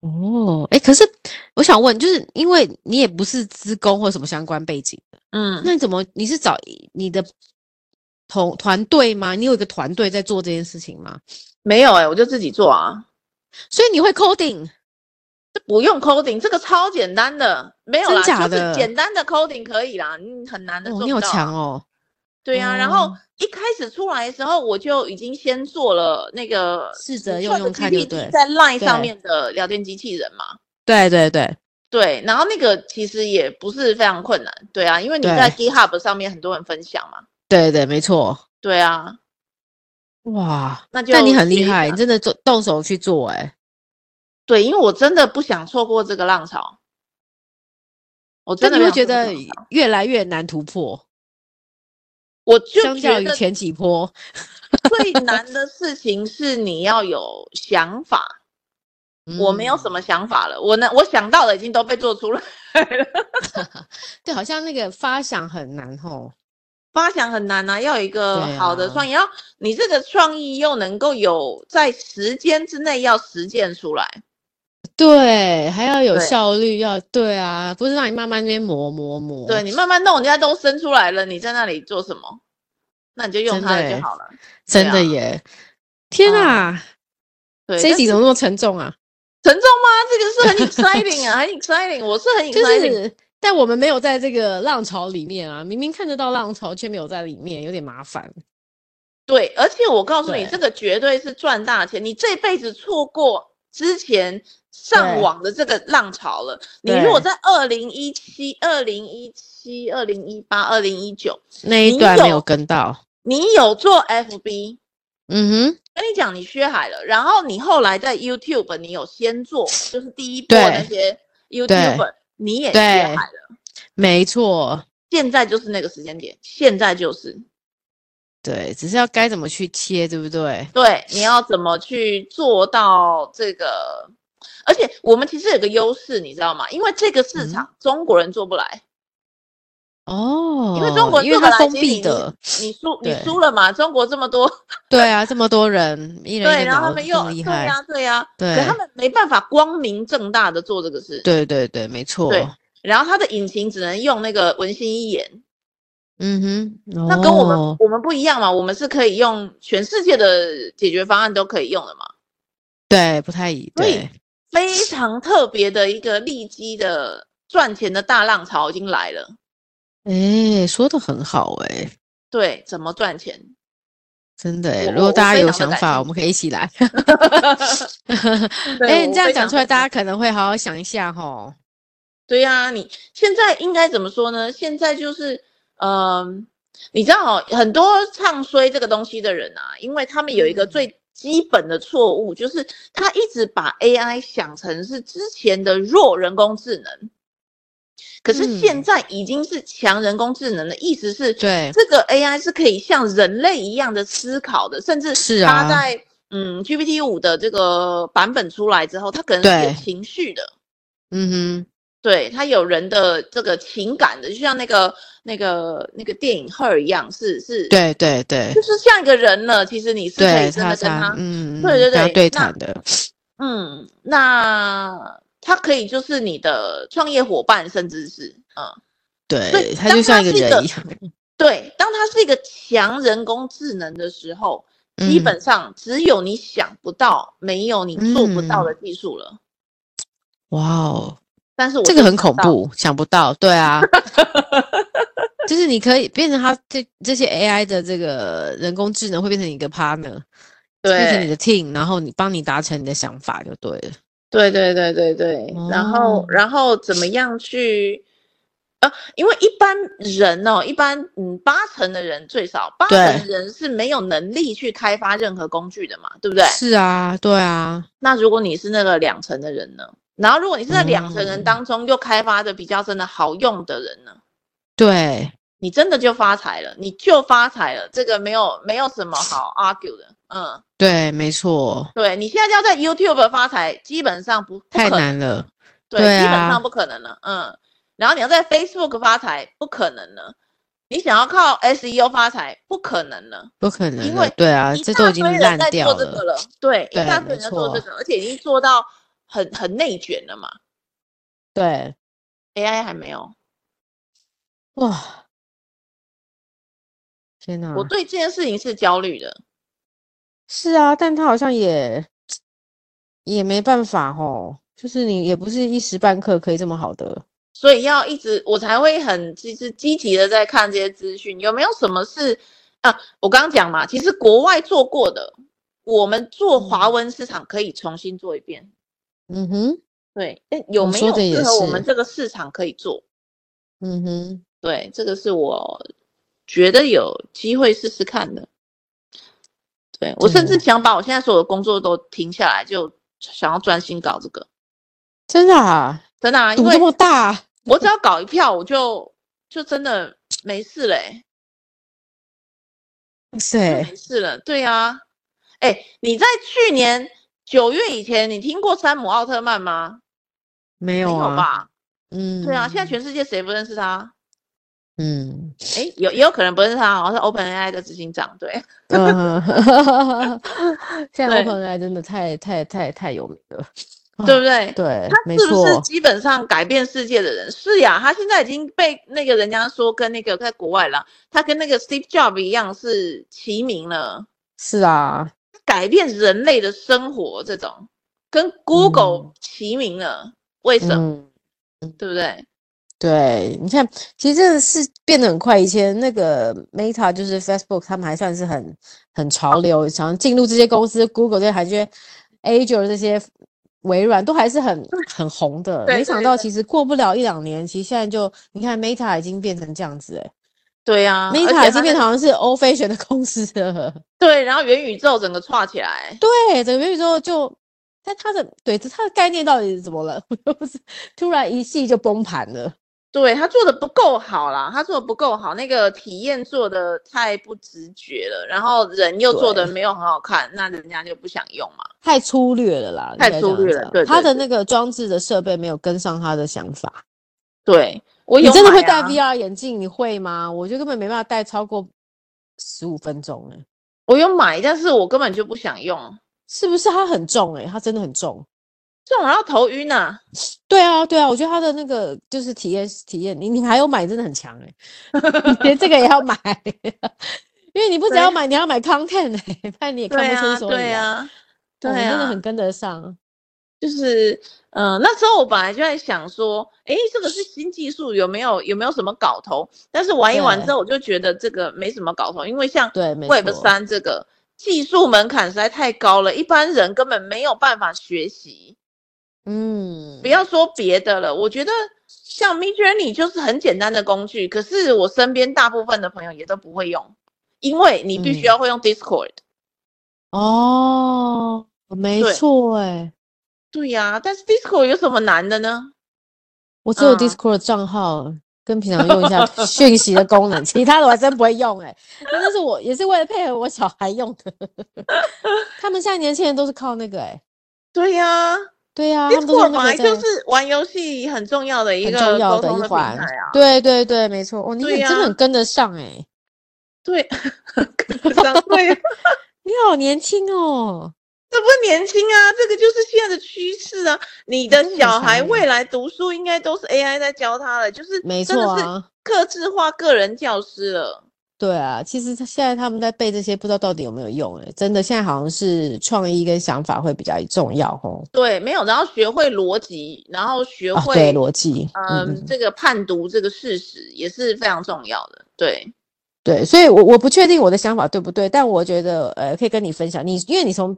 Speaker 1: 哦，哎，可是我想问，就是因为你也不是资工或什么相关背景，
Speaker 2: 嗯，
Speaker 1: 那你怎么你是找你的同团队吗？你有一个团队在做这件事情吗？
Speaker 2: 没有哎、我就自己做啊，
Speaker 1: 所以你会 coding
Speaker 2: 这不用 coding，这个超简单的，没有啦，
Speaker 1: 真假
Speaker 2: 就
Speaker 1: 的
Speaker 2: 是简单的 coding 可以啦，嗯，很难的做
Speaker 1: 哦，
Speaker 2: 不
Speaker 1: 你好
Speaker 2: 到啊
Speaker 1: 强哦，
Speaker 2: 对呀、然后
Speaker 1: 哦
Speaker 2: 一开始出来的时候，我就已经先做了那个
Speaker 1: 试
Speaker 2: 你
Speaker 1: 着用
Speaker 2: Chat
Speaker 1: 用看就
Speaker 2: GPT
Speaker 1: 对
Speaker 2: 在 Line 上
Speaker 1: 对
Speaker 2: 面的聊天机器人嘛。
Speaker 1: 对对对，
Speaker 2: 对，然后那个其实也不是非常困难，对啊，因为你在 GitHub 上面很多人分享嘛。
Speaker 1: 对对，没错，
Speaker 2: 对啊，
Speaker 1: 哇，
Speaker 2: 那就
Speaker 1: 但你很厉
Speaker 2: 学一
Speaker 1: 害，
Speaker 2: 下
Speaker 1: 你真的做动手去做、哎，
Speaker 2: 对，因为我真的不想错过这个浪潮，我
Speaker 1: 那
Speaker 2: 真
Speaker 1: 你
Speaker 2: 的没
Speaker 1: 会
Speaker 2: 有
Speaker 1: 觉
Speaker 2: 错
Speaker 1: 得
Speaker 2: 过这个浪潮
Speaker 1: 越来越难突破，
Speaker 2: 我就
Speaker 1: 相
Speaker 2: 觉
Speaker 1: 较于
Speaker 2: 得
Speaker 1: 前几波，
Speaker 2: 最难的事情是你要有想法，我没有
Speaker 1: 嗯
Speaker 2: 什么想法了，我能我想到的已经都被做出来了。
Speaker 1: 对，好像那个发想很难吼。
Speaker 2: 发想很难啊，要有一个
Speaker 1: 对啊
Speaker 2: 好的创意，要你这个创意又能够有在时间之内要实践出来。
Speaker 1: 对，还要有
Speaker 2: 对
Speaker 1: 效率，要对啊，不是让你慢慢那边磨磨磨。
Speaker 2: 对你慢慢弄，人家都生出来了，你在那里做什么？那你就用
Speaker 1: 真
Speaker 2: 它
Speaker 1: 的
Speaker 2: 的
Speaker 1: 欸
Speaker 2: 就好了。
Speaker 1: 真的
Speaker 2: 对啊嗯
Speaker 1: 耶！天啊，
Speaker 2: 对，
Speaker 1: 这一
Speaker 2: 但
Speaker 1: 集
Speaker 2: 是
Speaker 1: 怎么那么沉重啊？
Speaker 2: 沉重吗？这个是很 exciting 啊，很 exciting，我是 很
Speaker 1: 就
Speaker 2: exciting。
Speaker 1: 是，但我们没有在这个浪潮里面啊，明明看得到浪潮，却没有在里面，有点麻烦。
Speaker 2: 对，而且我告诉你，
Speaker 1: 对
Speaker 2: 这个绝对是赚大钱，你这辈子错过之前上
Speaker 1: 对
Speaker 2: 网的这个浪潮了。你如果
Speaker 1: 对
Speaker 2: 在二零一七、二零一七、二零一八、二零一九，
Speaker 1: 那一
Speaker 2: 你
Speaker 1: 段没
Speaker 2: 有
Speaker 1: 有跟到，
Speaker 2: 你有做 FB，
Speaker 1: 嗯哼，
Speaker 2: 跟你讲你缺海了，然后你后来在 YouTube 你有先做，就是第一波那些 YouTube 你也缺
Speaker 1: 对
Speaker 2: 海了。
Speaker 1: 没错，
Speaker 2: 现在就是那个时间点，现在就是
Speaker 1: 对，只是要该怎么去切，对不对？
Speaker 2: 对，你要怎么去做到这个？而且我们其实有个优势，你知道吗？因为这个市
Speaker 1: 嗯
Speaker 2: 场、中国人做不来，
Speaker 1: 哦，
Speaker 2: 因为中国
Speaker 1: 因为
Speaker 2: 做不
Speaker 1: 它
Speaker 2: 来，
Speaker 1: 封
Speaker 2: 其实
Speaker 1: 闭
Speaker 2: 你
Speaker 1: 的，
Speaker 2: 你你输你
Speaker 1: 对
Speaker 2: 输了嘛？中国这么多，
Speaker 1: 对啊，这么多人，一人
Speaker 2: 对，
Speaker 1: 一个
Speaker 2: 然后他
Speaker 1: 脑
Speaker 2: 们
Speaker 1: 这
Speaker 2: 又
Speaker 1: 么
Speaker 2: 对
Speaker 1: 厉害，
Speaker 2: 呀对呀，可
Speaker 1: 对
Speaker 2: 他们没办法光明正大的做这个事，
Speaker 1: 对对对，没错，
Speaker 2: 然后它的引擎只能用那个文心一言，
Speaker 1: 嗯哼，
Speaker 2: 那跟我们、
Speaker 1: 哦
Speaker 2: 我们不一样嘛，我们是可以用全世界的解决方案都可以用的嘛，
Speaker 1: 对不太一
Speaker 2: 所以
Speaker 1: 对，
Speaker 2: 非常特别的一个利基的赚钱的大浪潮已经来了。
Speaker 1: 哎，说的很好哎、
Speaker 2: 对，怎么赚钱？
Speaker 1: 真的哎、
Speaker 2: 我
Speaker 1: 如果
Speaker 2: 我
Speaker 1: 大家
Speaker 2: 非
Speaker 1: 有
Speaker 2: 常地
Speaker 1: 想
Speaker 2: 感
Speaker 1: 法，
Speaker 2: 兴
Speaker 1: 我们可以一起来。
Speaker 2: 对
Speaker 1: 哎、
Speaker 2: 我
Speaker 1: 你这样
Speaker 2: 非
Speaker 1: 讲
Speaker 2: 常
Speaker 1: 出来，
Speaker 2: 感
Speaker 1: 大家
Speaker 2: 兴
Speaker 1: 可能会好好想一下吼。
Speaker 2: 对呀、你现在应该怎么说呢？现在就是，嗯、你知道、哦、很多唱衰这个东西的人啊，因为他们有一个
Speaker 1: 嗯
Speaker 2: 最基本的错误，就是他一直把 AI 想成是之前的弱人工智能，可是
Speaker 1: 嗯
Speaker 2: 现在已经是强人工智能的，意思是
Speaker 1: 对，
Speaker 2: 这个 AI 是可以像人类一样的思考的，甚至
Speaker 1: 是
Speaker 2: 它
Speaker 1: 啊
Speaker 2: 在、嗯 GPT 五的这个版本出来之后，它可能是有
Speaker 1: 对
Speaker 2: 情绪的。
Speaker 1: 嗯
Speaker 2: 对他有人的这个情感的，就像那个那个那个电影《Her》一样，是是，
Speaker 1: 哼，，对对对
Speaker 2: 就是像一个人了。其实你是可
Speaker 1: 对，
Speaker 2: 以真的跟
Speaker 1: 他
Speaker 2: 他，
Speaker 1: 嗯，
Speaker 2: 对对
Speaker 1: 跟他
Speaker 2: 对
Speaker 1: 对
Speaker 2: 那
Speaker 1: 谈的，
Speaker 2: 嗯，那他可以就是你的创业伙伴，甚至是嗯，
Speaker 1: 对，他
Speaker 2: 当
Speaker 1: 就像
Speaker 2: 他
Speaker 1: 一个
Speaker 2: 是一
Speaker 1: 人
Speaker 2: 个
Speaker 1: 一样，
Speaker 2: 对。当他是一个强人工智能的时候，基
Speaker 1: 嗯
Speaker 2: 本上只有你想不到，没有你做不到
Speaker 1: 嗯
Speaker 2: 的技术了。
Speaker 1: 哇哦，
Speaker 2: 但是我
Speaker 1: 这个
Speaker 2: 就
Speaker 1: 很
Speaker 2: 想
Speaker 1: 恐
Speaker 2: 到，
Speaker 1: 怖，想不到，对 啊，就是你可以变成他这这些 AI 的这个人工智能会变成一个 partner，变成你
Speaker 2: 对
Speaker 1: 的 team，然后你帮你达成你的想法就对了。
Speaker 2: 对对对对对，然后
Speaker 1: 哦
Speaker 2: 然后怎么样去？呃，因为一般人哦，一般嗯，八成的人最少八成的人是没有能力去开发任何工具的嘛，对不对？
Speaker 1: 是啊，对啊，
Speaker 2: 那如果你是那个两成的人呢？然后如果你是在两成人
Speaker 1: 嗯
Speaker 2: 当中又开发的比较真的好用的人呢，
Speaker 1: 对，
Speaker 2: 你真的就发财了，你就发财了，这个没有没有什么好 argue 的，嗯，
Speaker 1: 对，没错，
Speaker 2: 对你现在要在 YouTube 发财，基本上不不
Speaker 1: 太
Speaker 2: 可能
Speaker 1: 难了。
Speaker 2: 对，
Speaker 1: 对
Speaker 2: 基本
Speaker 1: 啊
Speaker 2: 上不可能了。嗯，然后你要在 Facebook 发财，不可能了。你想要靠 SEO 发财，不可能了，
Speaker 1: 不可能
Speaker 2: 因
Speaker 1: 了
Speaker 2: 为
Speaker 1: 对啊，
Speaker 2: 一
Speaker 1: 这
Speaker 2: 大
Speaker 1: 都已经
Speaker 2: 堆人
Speaker 1: 烂
Speaker 2: 在
Speaker 1: 掉
Speaker 2: 做这个
Speaker 1: 了，
Speaker 2: 了，对，
Speaker 1: 对
Speaker 2: 一大
Speaker 1: 没
Speaker 2: 堆人在做这
Speaker 1: 错
Speaker 2: 个，而且已经做到很很内卷了嘛。
Speaker 1: 对，
Speaker 2: AI 还没有，
Speaker 1: 哇，天哪
Speaker 2: 我，对这件事情是焦虑的。
Speaker 1: 是啊，但他好像也也没办法吼，就是你也不是一时半刻可以这么好的，
Speaker 2: 所以要一直我才会很其实积极的在看这些资讯，有没有什么是啊？我刚刚讲嘛，其实国外做过的，我们做华文市场可以重新做一遍。
Speaker 1: 嗯哼，
Speaker 2: 对，但有
Speaker 1: 你
Speaker 2: 没
Speaker 1: 说
Speaker 2: 有
Speaker 1: 的也
Speaker 2: 适合我们
Speaker 1: 是
Speaker 2: 这个市场可以做？
Speaker 1: 嗯哼，
Speaker 2: 对，这个是我觉得有机会试试看的。对我甚至
Speaker 1: 对
Speaker 2: 想把我现在所有的工作都停下来，就想要专心搞这个。
Speaker 1: 真的啊，
Speaker 2: 真的啊，因
Speaker 1: 赌
Speaker 2: 为
Speaker 1: 这么大，
Speaker 2: 我只要搞一票，我就就真的没事嘞、欸，
Speaker 1: 哇
Speaker 2: 就
Speaker 1: 塞，
Speaker 2: 没事了。对啊，哎，你在去年九月以前，你听过山姆奥特曼吗？
Speaker 1: 没
Speaker 2: 没
Speaker 1: 有
Speaker 2: 有
Speaker 1: 啊，
Speaker 2: 吧？啊
Speaker 1: 嗯，
Speaker 2: 对啊，现在全世界谁不认识他？
Speaker 1: 嗯，
Speaker 2: 诶，有也有可能不是他，好像是 OpenAI 的执行长，对，
Speaker 1: 嗯 现在
Speaker 2: 对
Speaker 1: OpenAI 真的太太太太有名了，啊
Speaker 2: 对不对？
Speaker 1: 对，
Speaker 2: 他
Speaker 1: 没
Speaker 2: 是不是
Speaker 1: 错，
Speaker 2: 基本上改变世界的人？是呀，他现在已经被那个人家说跟那个在国外了，他跟那个 Steve Jobs 一样是齐名了，
Speaker 1: 是啊，
Speaker 2: 改变人类的生活这种，跟 Google 齐名了，为什么？
Speaker 1: 嗯。
Speaker 2: 对不对？
Speaker 1: 对，你看，其实真的是变得很快。以前那个 Meta 就是 Facebook，他们还算是很很潮流，想进入这些公司，Google 这些还这些 Azure 这些微软都还是很很红的。
Speaker 2: 对
Speaker 1: 没想
Speaker 2: 对
Speaker 1: 到
Speaker 2: 对
Speaker 1: 其实过不了一两年，其实现在就你看 Meta 已经变成这样子、欸，
Speaker 2: 对呀、啊而且
Speaker 1: Meta 已经
Speaker 2: 他
Speaker 1: 变成
Speaker 2: 那
Speaker 1: 好像是欧菲选的公司了。
Speaker 2: 对，然后元宇宙整个串起来，
Speaker 1: 对，整个元宇宙就，但它的对它的概念到底是怎么了？ 我又不是突然一系就崩盘了。
Speaker 2: 对他做的不够好啦，他做的不够好，那个体验做的太不直觉了，然后人又做的
Speaker 1: 对
Speaker 2: 没有很好看，那人家就不想用嘛。
Speaker 1: 太粗略了啦，
Speaker 2: 太
Speaker 1: 应该
Speaker 2: 粗
Speaker 1: 这样
Speaker 2: 略了
Speaker 1: 讲
Speaker 2: 对对
Speaker 1: 他的
Speaker 2: 对
Speaker 1: 那个装置的设备没有跟上他的想法。
Speaker 2: 对我
Speaker 1: 你
Speaker 2: 有
Speaker 1: 真的
Speaker 2: 买
Speaker 1: 会戴
Speaker 2: 啊
Speaker 1: VR 眼镜？你会吗？我就根本没办法戴超过十五分钟哎、
Speaker 2: 我有买，但是我根本就不想用，
Speaker 1: 是不是它很重哎、它真的很重。
Speaker 2: 这种然后头晕啊。
Speaker 1: 对啊，对啊，我觉得它的那个就是体验体验，你你还有买真的很强 哎、你连这个也要买， 因为你不只要
Speaker 2: 对
Speaker 1: 买，你还要买 content 哎、不然你也看
Speaker 2: 对
Speaker 1: 不清
Speaker 2: 啊，
Speaker 1: 所以、
Speaker 2: 对
Speaker 1: 啊，
Speaker 2: 啊，
Speaker 1: 哦
Speaker 2: 对
Speaker 1: 你真的
Speaker 2: 啊，
Speaker 1: 很跟得上。
Speaker 2: 就是嗯、呃那时候我本来就在想说，诶，这个是新技术，有没有有没有什么搞头？但是玩一玩之
Speaker 1: 对
Speaker 2: 后，我就觉得这个没什么搞头，因为像
Speaker 1: 对，没
Speaker 2: Web
Speaker 1: 错。
Speaker 2: 三这个技术门槛实在太高了，一般人根本没有办法学习。
Speaker 1: 嗯，
Speaker 2: 不要说别的了，我觉得像 Mid Journey 就是很简单的工具，可是我身边大部分的朋友也都不会用，因为你
Speaker 1: 嗯
Speaker 2: 必须要会用 Discord。
Speaker 1: 哦，没
Speaker 2: 对
Speaker 1: 错哎、
Speaker 2: 对呀、但是 Discord 有什么难的呢？
Speaker 1: 我只有
Speaker 2: 嗯
Speaker 1: Discord 账号，跟平常用一下讯息的功能，其他的我还真不会用哎、那那是我也是为了配合我小孩用的。他们现在年轻人都是靠那个哎、
Speaker 2: 对呀、
Speaker 1: 对呀、
Speaker 2: d
Speaker 1: 他
Speaker 2: i s
Speaker 1: 们
Speaker 2: c o
Speaker 1: 都
Speaker 2: r
Speaker 1: 啊是那
Speaker 2: d 本来
Speaker 1: 个
Speaker 2: 就
Speaker 1: 在
Speaker 2: 是玩游戏很重要的一
Speaker 1: 很
Speaker 2: 个
Speaker 1: 重要
Speaker 2: 沟
Speaker 1: 的
Speaker 2: 通
Speaker 1: 一
Speaker 2: 的平台
Speaker 1: 环
Speaker 2: 啊。。
Speaker 1: 对对对，没错。哦，你
Speaker 2: 对
Speaker 1: 很
Speaker 2: 啊
Speaker 1: 真的
Speaker 2: 呀
Speaker 1: 很跟得上哎、
Speaker 2: 对，跟得上对啊，
Speaker 1: 你好年轻哦。
Speaker 2: 这不年轻啊，这个就是现在的趋势啊。你的
Speaker 1: 真的很
Speaker 2: 小孩
Speaker 1: 强欸
Speaker 2: 未来读书应该都是 AI 在教他的，就是
Speaker 1: 没
Speaker 2: 真的
Speaker 1: 错
Speaker 2: 是
Speaker 1: 啊
Speaker 2: 客制化个人教师了。
Speaker 1: 对啊，其实他现在他们在背这些，不知道到底有没有用哎、真的，现在好像是创意跟想法会比较重要哦。
Speaker 2: 对，没有，然后学会逻辑，然后学
Speaker 1: 啊，
Speaker 2: 会、
Speaker 1: 对，逻辑，嗯嗯
Speaker 2: 嗯，这个判读这个事实也是非常重要的。对，
Speaker 1: 对，所以我我不确定我的想法对不对，但我觉得呃，可以跟你分享。你因为你从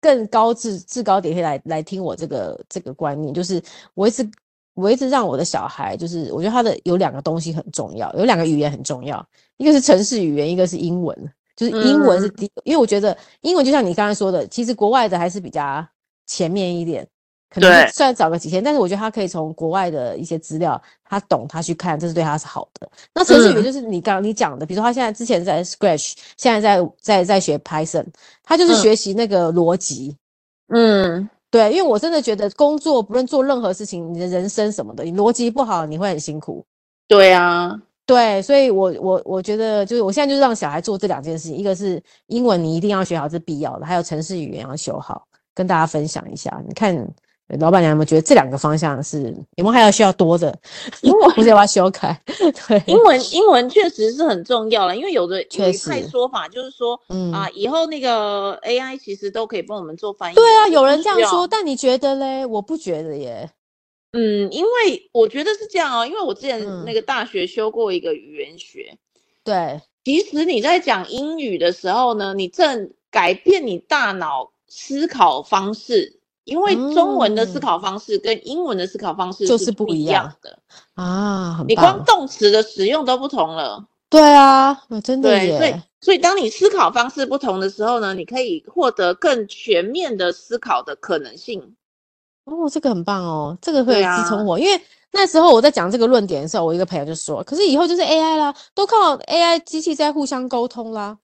Speaker 1: 更高至制高点可以来来听我这个这个观念，就是我一直我一直让我的小孩，就是我觉得他的有两个东西很重要，有两个语言很重要，一个是城市语言，一个是英文。就是英文是
Speaker 2: 嗯
Speaker 1: 第一个，因为我觉得英文就像你刚才说的，其实国外的还是比较前面一点，可能
Speaker 2: 对
Speaker 1: 是虽然早个几天，但是我觉得他可以从国外的一些资料，他懂他去看，这是对他是好的。那程序员
Speaker 2: 嗯
Speaker 1: 就是你刚你讲的，比如说他现在之前在 Scratch，现在在在在学 Python，他就是
Speaker 2: 嗯
Speaker 1: 学习那个逻辑。
Speaker 2: 嗯，
Speaker 1: 对，因为我真的觉得工作不论做任何事情，你的人生什么的，你逻辑不好，你会很辛苦。
Speaker 2: 对啊，
Speaker 1: 对，所以我我我觉得就是我现在就是让小孩做这两件事情，一个是英文你一定要学好，这是必要的，还有城市语言要修好，跟大家分享一下。你看呃老板娘有没有觉得这两个方向是有没有还有需要多的？
Speaker 2: 因 为
Speaker 1: 不是要不要修改？对，
Speaker 2: 英文英文确实是很重要了，因为有的有
Speaker 1: 确
Speaker 2: 一派
Speaker 1: 实
Speaker 2: 说法就是说
Speaker 1: 嗯
Speaker 2: 啊、以后那个 AI 其实都可以帮我们做翻译了。
Speaker 1: 对啊，
Speaker 2: 就
Speaker 1: 有
Speaker 2: 不
Speaker 1: 人
Speaker 2: 需
Speaker 1: 这样
Speaker 2: 要
Speaker 1: 说，但你觉得嘞？我不觉得耶。
Speaker 2: 嗯，因为我觉得是这样哦，因为我之前
Speaker 1: 嗯
Speaker 2: 那个大学修过一个语言学，
Speaker 1: 对，
Speaker 2: 其实你在讲英语的时候呢，你正改变你大脑思考方式，因为中文的
Speaker 1: 嗯
Speaker 2: 思考方式跟英文的思考方式
Speaker 1: 就是
Speaker 2: 是
Speaker 1: 不
Speaker 2: 不
Speaker 1: 一
Speaker 2: 一
Speaker 1: 样
Speaker 2: 样的，
Speaker 1: 啊，很
Speaker 2: 你光
Speaker 1: 棒。
Speaker 2: 动词的使用都不同了。
Speaker 1: 对啊，呃真的
Speaker 2: 对，所以
Speaker 1: 耶。
Speaker 2: 所以当你思考方式不同的时候呢，你可以获得更全面的思考的可能性。
Speaker 1: 哦，这个很棒哦，这个会
Speaker 2: 对
Speaker 1: 有支撑
Speaker 2: 啊
Speaker 1: 我，因为那时候我在讲这个论点的时候，我一个朋友就说，可是以后就是 AI 啦，都靠 AI 机器在互相沟通啦。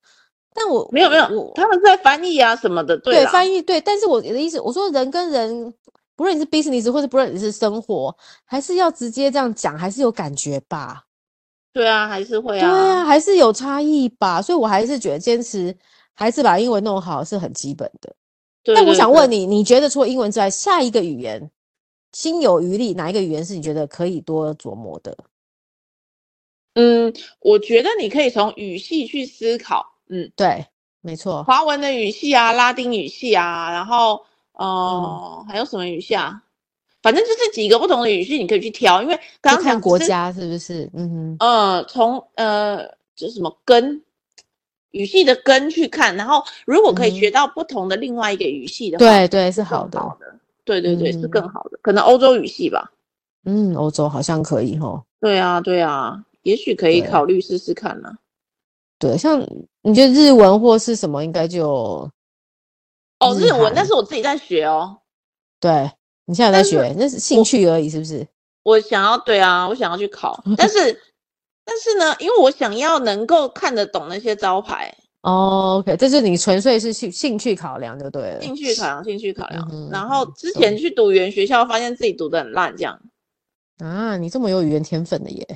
Speaker 1: 但我
Speaker 2: 没有没有
Speaker 1: 我，
Speaker 2: 他们在翻译啊什么的，
Speaker 1: 哦对
Speaker 2: 啦，
Speaker 1: 翻译对，但是我的意思，我说人跟人，不论你是 business 或者不论你是生活，还是要直接这样讲，还是有感觉吧。
Speaker 2: 对啊，还是会
Speaker 1: 对啊，还是有差异吧。所以我还是觉得坚持还是把英文弄好是很基本的。
Speaker 2: 对
Speaker 1: 但我
Speaker 2: 对
Speaker 1: 想
Speaker 2: 对
Speaker 1: 问你，你觉得除了英文之外，下一个语言心有余力，哪一个语言是你觉得可以多琢磨的？
Speaker 2: 嗯，我觉得你可以从语系去思考，嗯，
Speaker 1: 对，没错，
Speaker 2: 华文的语系啊，拉丁语系啊，然后呃，
Speaker 1: 哦
Speaker 2: 还有什么语系啊？反正就是几个不同的语系，你可以去挑，因为刚
Speaker 1: 就
Speaker 2: 刚
Speaker 1: 看
Speaker 2: 讲
Speaker 1: 国
Speaker 2: 是，
Speaker 1: 家是不是？嗯哼，
Speaker 2: 呃，从呃，这什么根语系的根去看，然后如果可以学到不同的另外一个语系的话，
Speaker 1: 嗯对对，是
Speaker 2: 是更
Speaker 1: 好的。
Speaker 2: 的，对对对，是
Speaker 1: 嗯
Speaker 2: 更好的，可能欧洲语系吧。
Speaker 1: 嗯，欧洲好像可以哈。
Speaker 2: 对啊，对啊，也许可以
Speaker 1: 对
Speaker 2: 考虑试试看呢。
Speaker 1: 对，像你觉得日文或是什么，应该就
Speaker 2: 哦，
Speaker 1: 日
Speaker 2: 日文
Speaker 1: 韩
Speaker 2: 那是我自己在学哦，
Speaker 1: 对你现在有在
Speaker 2: 但是
Speaker 1: 学，那是兴趣而已，是不是？
Speaker 2: 我想要对啊，我想要去 考，但是但是呢，因为我想要能够看得懂那些招牌，
Speaker 1: 哦，OK，这就是你纯粹是兴兴趣考量就对了。
Speaker 2: 兴趣考量，兴趣考量。
Speaker 1: 嗯
Speaker 2: 然后之
Speaker 1: 懂
Speaker 2: 前去读语言学校，发现自己读的很烂，这样
Speaker 1: 啊，你这么有语言天分的耶，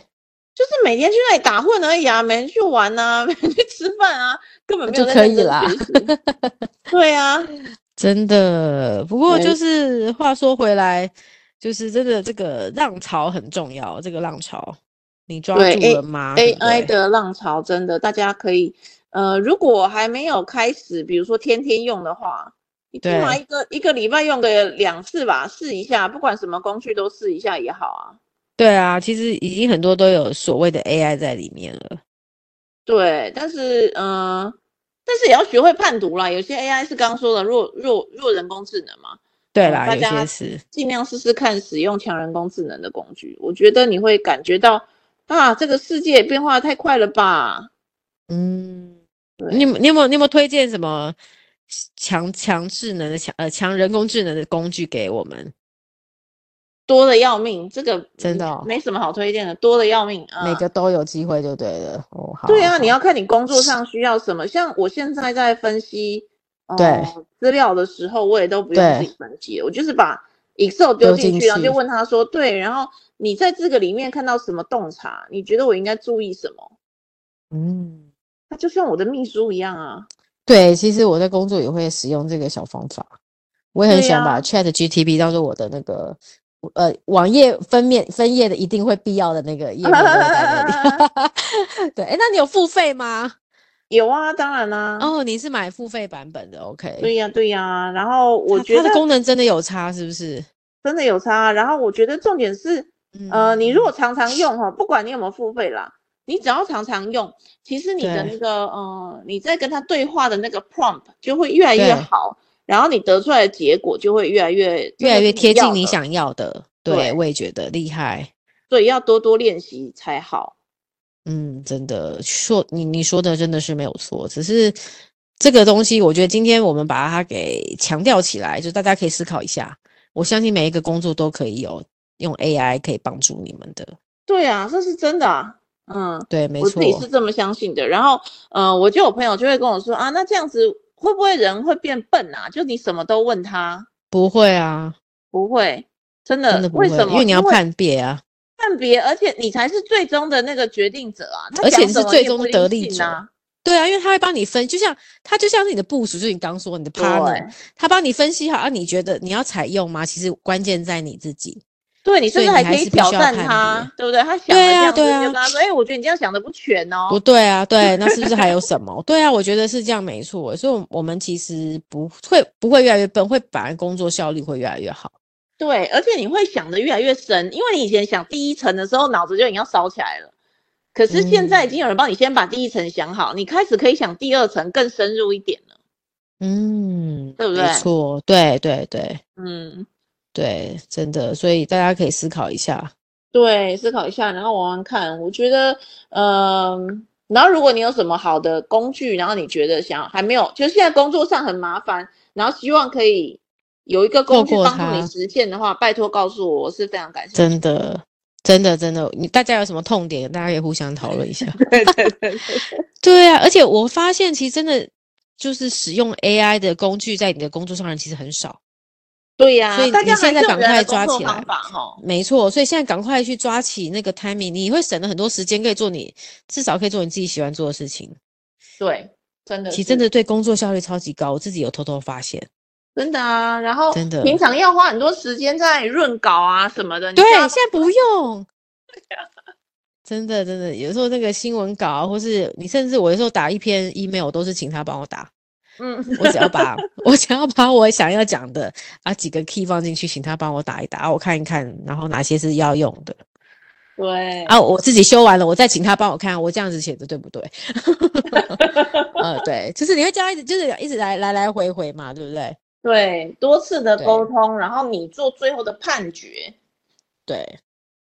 Speaker 2: 就是每天去那里打混而已啊，每天去玩啊， 每天去吃饭啊，根本没
Speaker 1: 就
Speaker 2: 有在
Speaker 1: 可
Speaker 2: 认
Speaker 1: 以
Speaker 2: 真
Speaker 1: 啦
Speaker 2: 学习。 对啊，
Speaker 1: 真的。不过就
Speaker 2: 对
Speaker 1: 是话说回来，就是真的这个浪潮很重要，这个浪潮你抓
Speaker 2: 对
Speaker 1: 住
Speaker 2: ，A-
Speaker 1: 了吗对不
Speaker 2: AI
Speaker 1: 对
Speaker 2: 的浪潮真的，大家可以，呃，如果还没有开始，比如说天天用的话，你起码
Speaker 1: 对
Speaker 2: 一个一个礼拜用个两次吧，试一下，不管什么工具都试一下也好啊。
Speaker 1: 对啊，其实已经很多都有所谓的 AI 在里面了。
Speaker 2: 对，但是，嗯、呃，但是也要学会判读啦。有些 AI 是刚说的弱弱弱人工智能嘛，
Speaker 1: 对
Speaker 2: 嗯
Speaker 1: 啦，有
Speaker 2: 大
Speaker 1: 些
Speaker 2: 家
Speaker 1: 是，
Speaker 2: 尽量试试看使用强人工智能的工具，我觉得你会感觉到啊，这个世界变化太快了吧。
Speaker 1: 嗯，
Speaker 2: 对
Speaker 1: 你有你有没有你有没有推荐什么强强智能的强呃强人工智能的工具给我们？
Speaker 2: 多的要命，这个
Speaker 1: 真的
Speaker 2: 嗯
Speaker 1: 哦
Speaker 2: 没什么好推荐的，多的要命啊。
Speaker 1: 每个都有机会就对了。哦，好，
Speaker 2: 对啊，
Speaker 1: 好
Speaker 2: 你要看你工作上需要什么。像我现在在分析呃
Speaker 1: 对
Speaker 2: 资料的时候，我也都不
Speaker 1: 对
Speaker 2: 用自己分析，我就是把 Excel
Speaker 1: 丢
Speaker 2: 丢进
Speaker 1: 进
Speaker 2: 去，然后
Speaker 1: 去
Speaker 2: 就问他说，对，然后你在这个里面看到什么洞察？你觉得我应该注意什么？
Speaker 1: 嗯。
Speaker 2: 他就像我的秘书一样啊。
Speaker 1: 对，其实我在工作也会使用这个小方法，我也很
Speaker 2: 对
Speaker 1: 喜欢把
Speaker 2: 呀
Speaker 1: Chat GTP 当做我的那个呃网页分面分页的一定会必要的那个页面我会在那 里。 对，哎，那你有付费吗？
Speaker 2: 有啊，当然啦、
Speaker 1: 哦，你是买付费版本的，OK？
Speaker 2: 对呀、对呀、然后我
Speaker 1: 它
Speaker 2: 觉
Speaker 1: 它
Speaker 2: 得
Speaker 1: 的功能真的有差，是不是？
Speaker 2: 真的有差啊。然后我觉得重点是。呃，你
Speaker 1: 嗯
Speaker 2: 如果常常用哈，不管你有没有付费啦，你只要常常用，其实你的
Speaker 1: 对
Speaker 2: 那个呃，你在跟他对话的那个 prompt 就会越来越
Speaker 1: 对
Speaker 2: 好，然后你得出来的结果就会越来越真
Speaker 1: 越来
Speaker 2: 的
Speaker 1: 越
Speaker 2: 是
Speaker 1: 贴
Speaker 2: 要
Speaker 1: 近你
Speaker 2: 的
Speaker 1: 想要的，
Speaker 2: 对
Speaker 1: 我也觉得厉害。
Speaker 2: 所以要多多练习才好。
Speaker 1: 嗯，真的说你你说的真的是没有错，只是这个东西，我觉得今天我们把它给强调起来，就大家可以思考一下。我相信每一个工作都可以有用 AI 可以帮助你们的，
Speaker 2: 对啊，这是真的啊，嗯，
Speaker 1: 对，没
Speaker 2: 我自己
Speaker 1: 错
Speaker 2: 是，这么相信的。然后呃，我就有朋友就会跟我说啊，那这样子会不会人会变笨啊？就你什么都问他，
Speaker 1: 不会啊，
Speaker 2: 不会，真的，
Speaker 1: 真的不会，
Speaker 2: 为什么？
Speaker 1: 因为你要
Speaker 2: 因为
Speaker 1: 判别啊，
Speaker 2: 判别，而且你才是最终的那个决定者啊！他
Speaker 1: 而且
Speaker 2: 讲
Speaker 1: 你是
Speaker 2: 什么
Speaker 1: 最
Speaker 2: 也不
Speaker 1: 终
Speaker 2: 一
Speaker 1: 得
Speaker 2: 定
Speaker 1: 利
Speaker 2: 信啊。
Speaker 1: 对啊，因为他会帮你分，就像他就像是你的部署，就是你刚说你的 partner，
Speaker 2: 对，
Speaker 1: 他帮你分析好啊，你觉得你要采用吗？其实关键在你自己，
Speaker 2: 对你
Speaker 1: 所
Speaker 2: 甚
Speaker 1: 以
Speaker 2: 至
Speaker 1: 你
Speaker 2: 还
Speaker 1: 还
Speaker 2: 可以
Speaker 1: 是必须
Speaker 2: 挑
Speaker 1: 要
Speaker 2: 战
Speaker 1: 判别
Speaker 2: 他，对不对？他想
Speaker 1: 对啊
Speaker 2: 的这样子，
Speaker 1: 对
Speaker 2: 你
Speaker 1: 啊
Speaker 2: 就跟他说：“哎，我觉得你这样想的不全
Speaker 1: 不
Speaker 2: 哦。
Speaker 1: 对啊，对，那是不是还有什么？ 对啊，我觉得是这样没错。所以，我我们其实不会不会越来越笨，会反而工作效率会越来越好。”
Speaker 2: 对，而且你会想的越来越深，因为你以前想第一层的时候，脑子就已经要烧起来了。可是现在已
Speaker 1: 嗯
Speaker 2: 经有人帮你先把第一层想好，你开始可以想第二层更深入一点了。
Speaker 1: 嗯，
Speaker 2: 对不
Speaker 1: 没
Speaker 2: 对
Speaker 1: 错，对对对
Speaker 2: 嗯，
Speaker 1: 对，真的。所以大家可以思考一下。
Speaker 2: 对，思考一下，然后玩玩看。我觉得，嗯，然后如果你有什么好的工具，然后你觉得想还没有，就是现在工作上很麻烦，然后希望可以有一个工
Speaker 1: 透
Speaker 2: 具
Speaker 1: 过
Speaker 2: 帮助
Speaker 1: 它
Speaker 2: 你实现的话，拜托告诉我，我是非常感兴趣。
Speaker 1: 真的，真的，真的，你大家有什么痛点，大家可以互相讨论一下。
Speaker 2: 对对对对，
Speaker 1: 对啊，而且我发现，其实真的就是使用 AI 的工具，在你的工作上的人其实很少。
Speaker 2: 对呀、
Speaker 1: 所以
Speaker 2: 大
Speaker 1: 你
Speaker 2: 家
Speaker 1: 现
Speaker 2: 还
Speaker 1: 在
Speaker 2: 是
Speaker 1: 赶
Speaker 2: 有人
Speaker 1: 快
Speaker 2: 的
Speaker 1: 抓
Speaker 2: 工作
Speaker 1: 起来
Speaker 2: 方法哈。
Speaker 1: 没错，所以现在赶快去抓起那个 timing，你会省了很多时间，可以做你至少可以做你自己喜欢做的事情。
Speaker 2: 对，真的
Speaker 1: 其
Speaker 2: 是，
Speaker 1: 实真的对工作效率超级高，我自己有偷偷发现。
Speaker 2: 真的啊。然后
Speaker 1: 真的
Speaker 2: 平常要花很多时间在润稿啊什么的。你
Speaker 1: 对，
Speaker 2: 现在
Speaker 1: 现在不用。
Speaker 2: 啊
Speaker 1: 真的真的，有时候那个新闻稿，啊或是你甚至我有时候打一篇 email，我都是请他帮我打。
Speaker 2: 嗯，
Speaker 1: 我只要 把我只要把我想要讲的啊几个 key 放进去，请他帮我打一啊打，我看一看，然后哪些是要用的
Speaker 2: 对，
Speaker 1: 啊，我自己修完了，我再请他帮我看，我这样子写的对不对？ 呃，对，就是你会这样一直就是一直来来来回回嘛，对不对？
Speaker 2: 对，多次的
Speaker 1: 对
Speaker 2: 沟通，然后你做最后的判决。
Speaker 1: 对，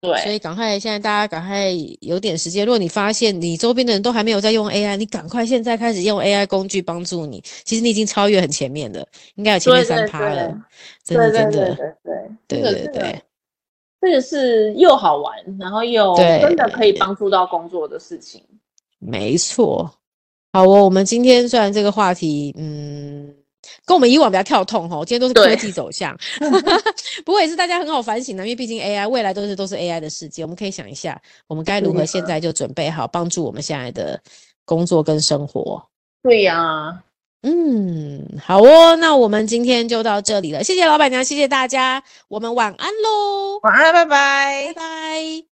Speaker 1: 所
Speaker 2: 对，
Speaker 1: 以赶快现在大家赶快有点时间，如果你发现你周边的人都还没有在用 AI，你赶快现在开始用 AI 工具帮助你，其实你已经超越很前面的，应该有前面
Speaker 2: 对对
Speaker 1: 三趴
Speaker 2: 对
Speaker 1: 了，真
Speaker 2: 对
Speaker 1: 的
Speaker 2: 对
Speaker 1: 真
Speaker 2: 对
Speaker 1: 的，
Speaker 2: 对
Speaker 1: 对
Speaker 2: 对，这
Speaker 1: 对
Speaker 2: 个这
Speaker 1: 对
Speaker 2: 个这个是又好玩，然后又
Speaker 1: 对
Speaker 2: 真的可以帮助到工作的事情。
Speaker 1: 没错。好哦，我们今天虽然这个话题，嗯，跟我们以往比较跳痛哦，今天都是科
Speaker 2: 对
Speaker 1: 技走向， 不过也是大家很好反省啊的，因为毕竟 AI 未来都是都是 AI 的世界，我们可以想一下，我们该如何
Speaker 2: 嗯
Speaker 1: 现在就准备好，帮助我们现在的工作跟生活。
Speaker 2: 对呀、
Speaker 1: 嗯，好哦，那我们今天就到这里了，谢谢老板娘，谢谢大家，我们晚安喽，
Speaker 2: 晚安，拜
Speaker 1: 拜
Speaker 2: 拜。
Speaker 1: 拜。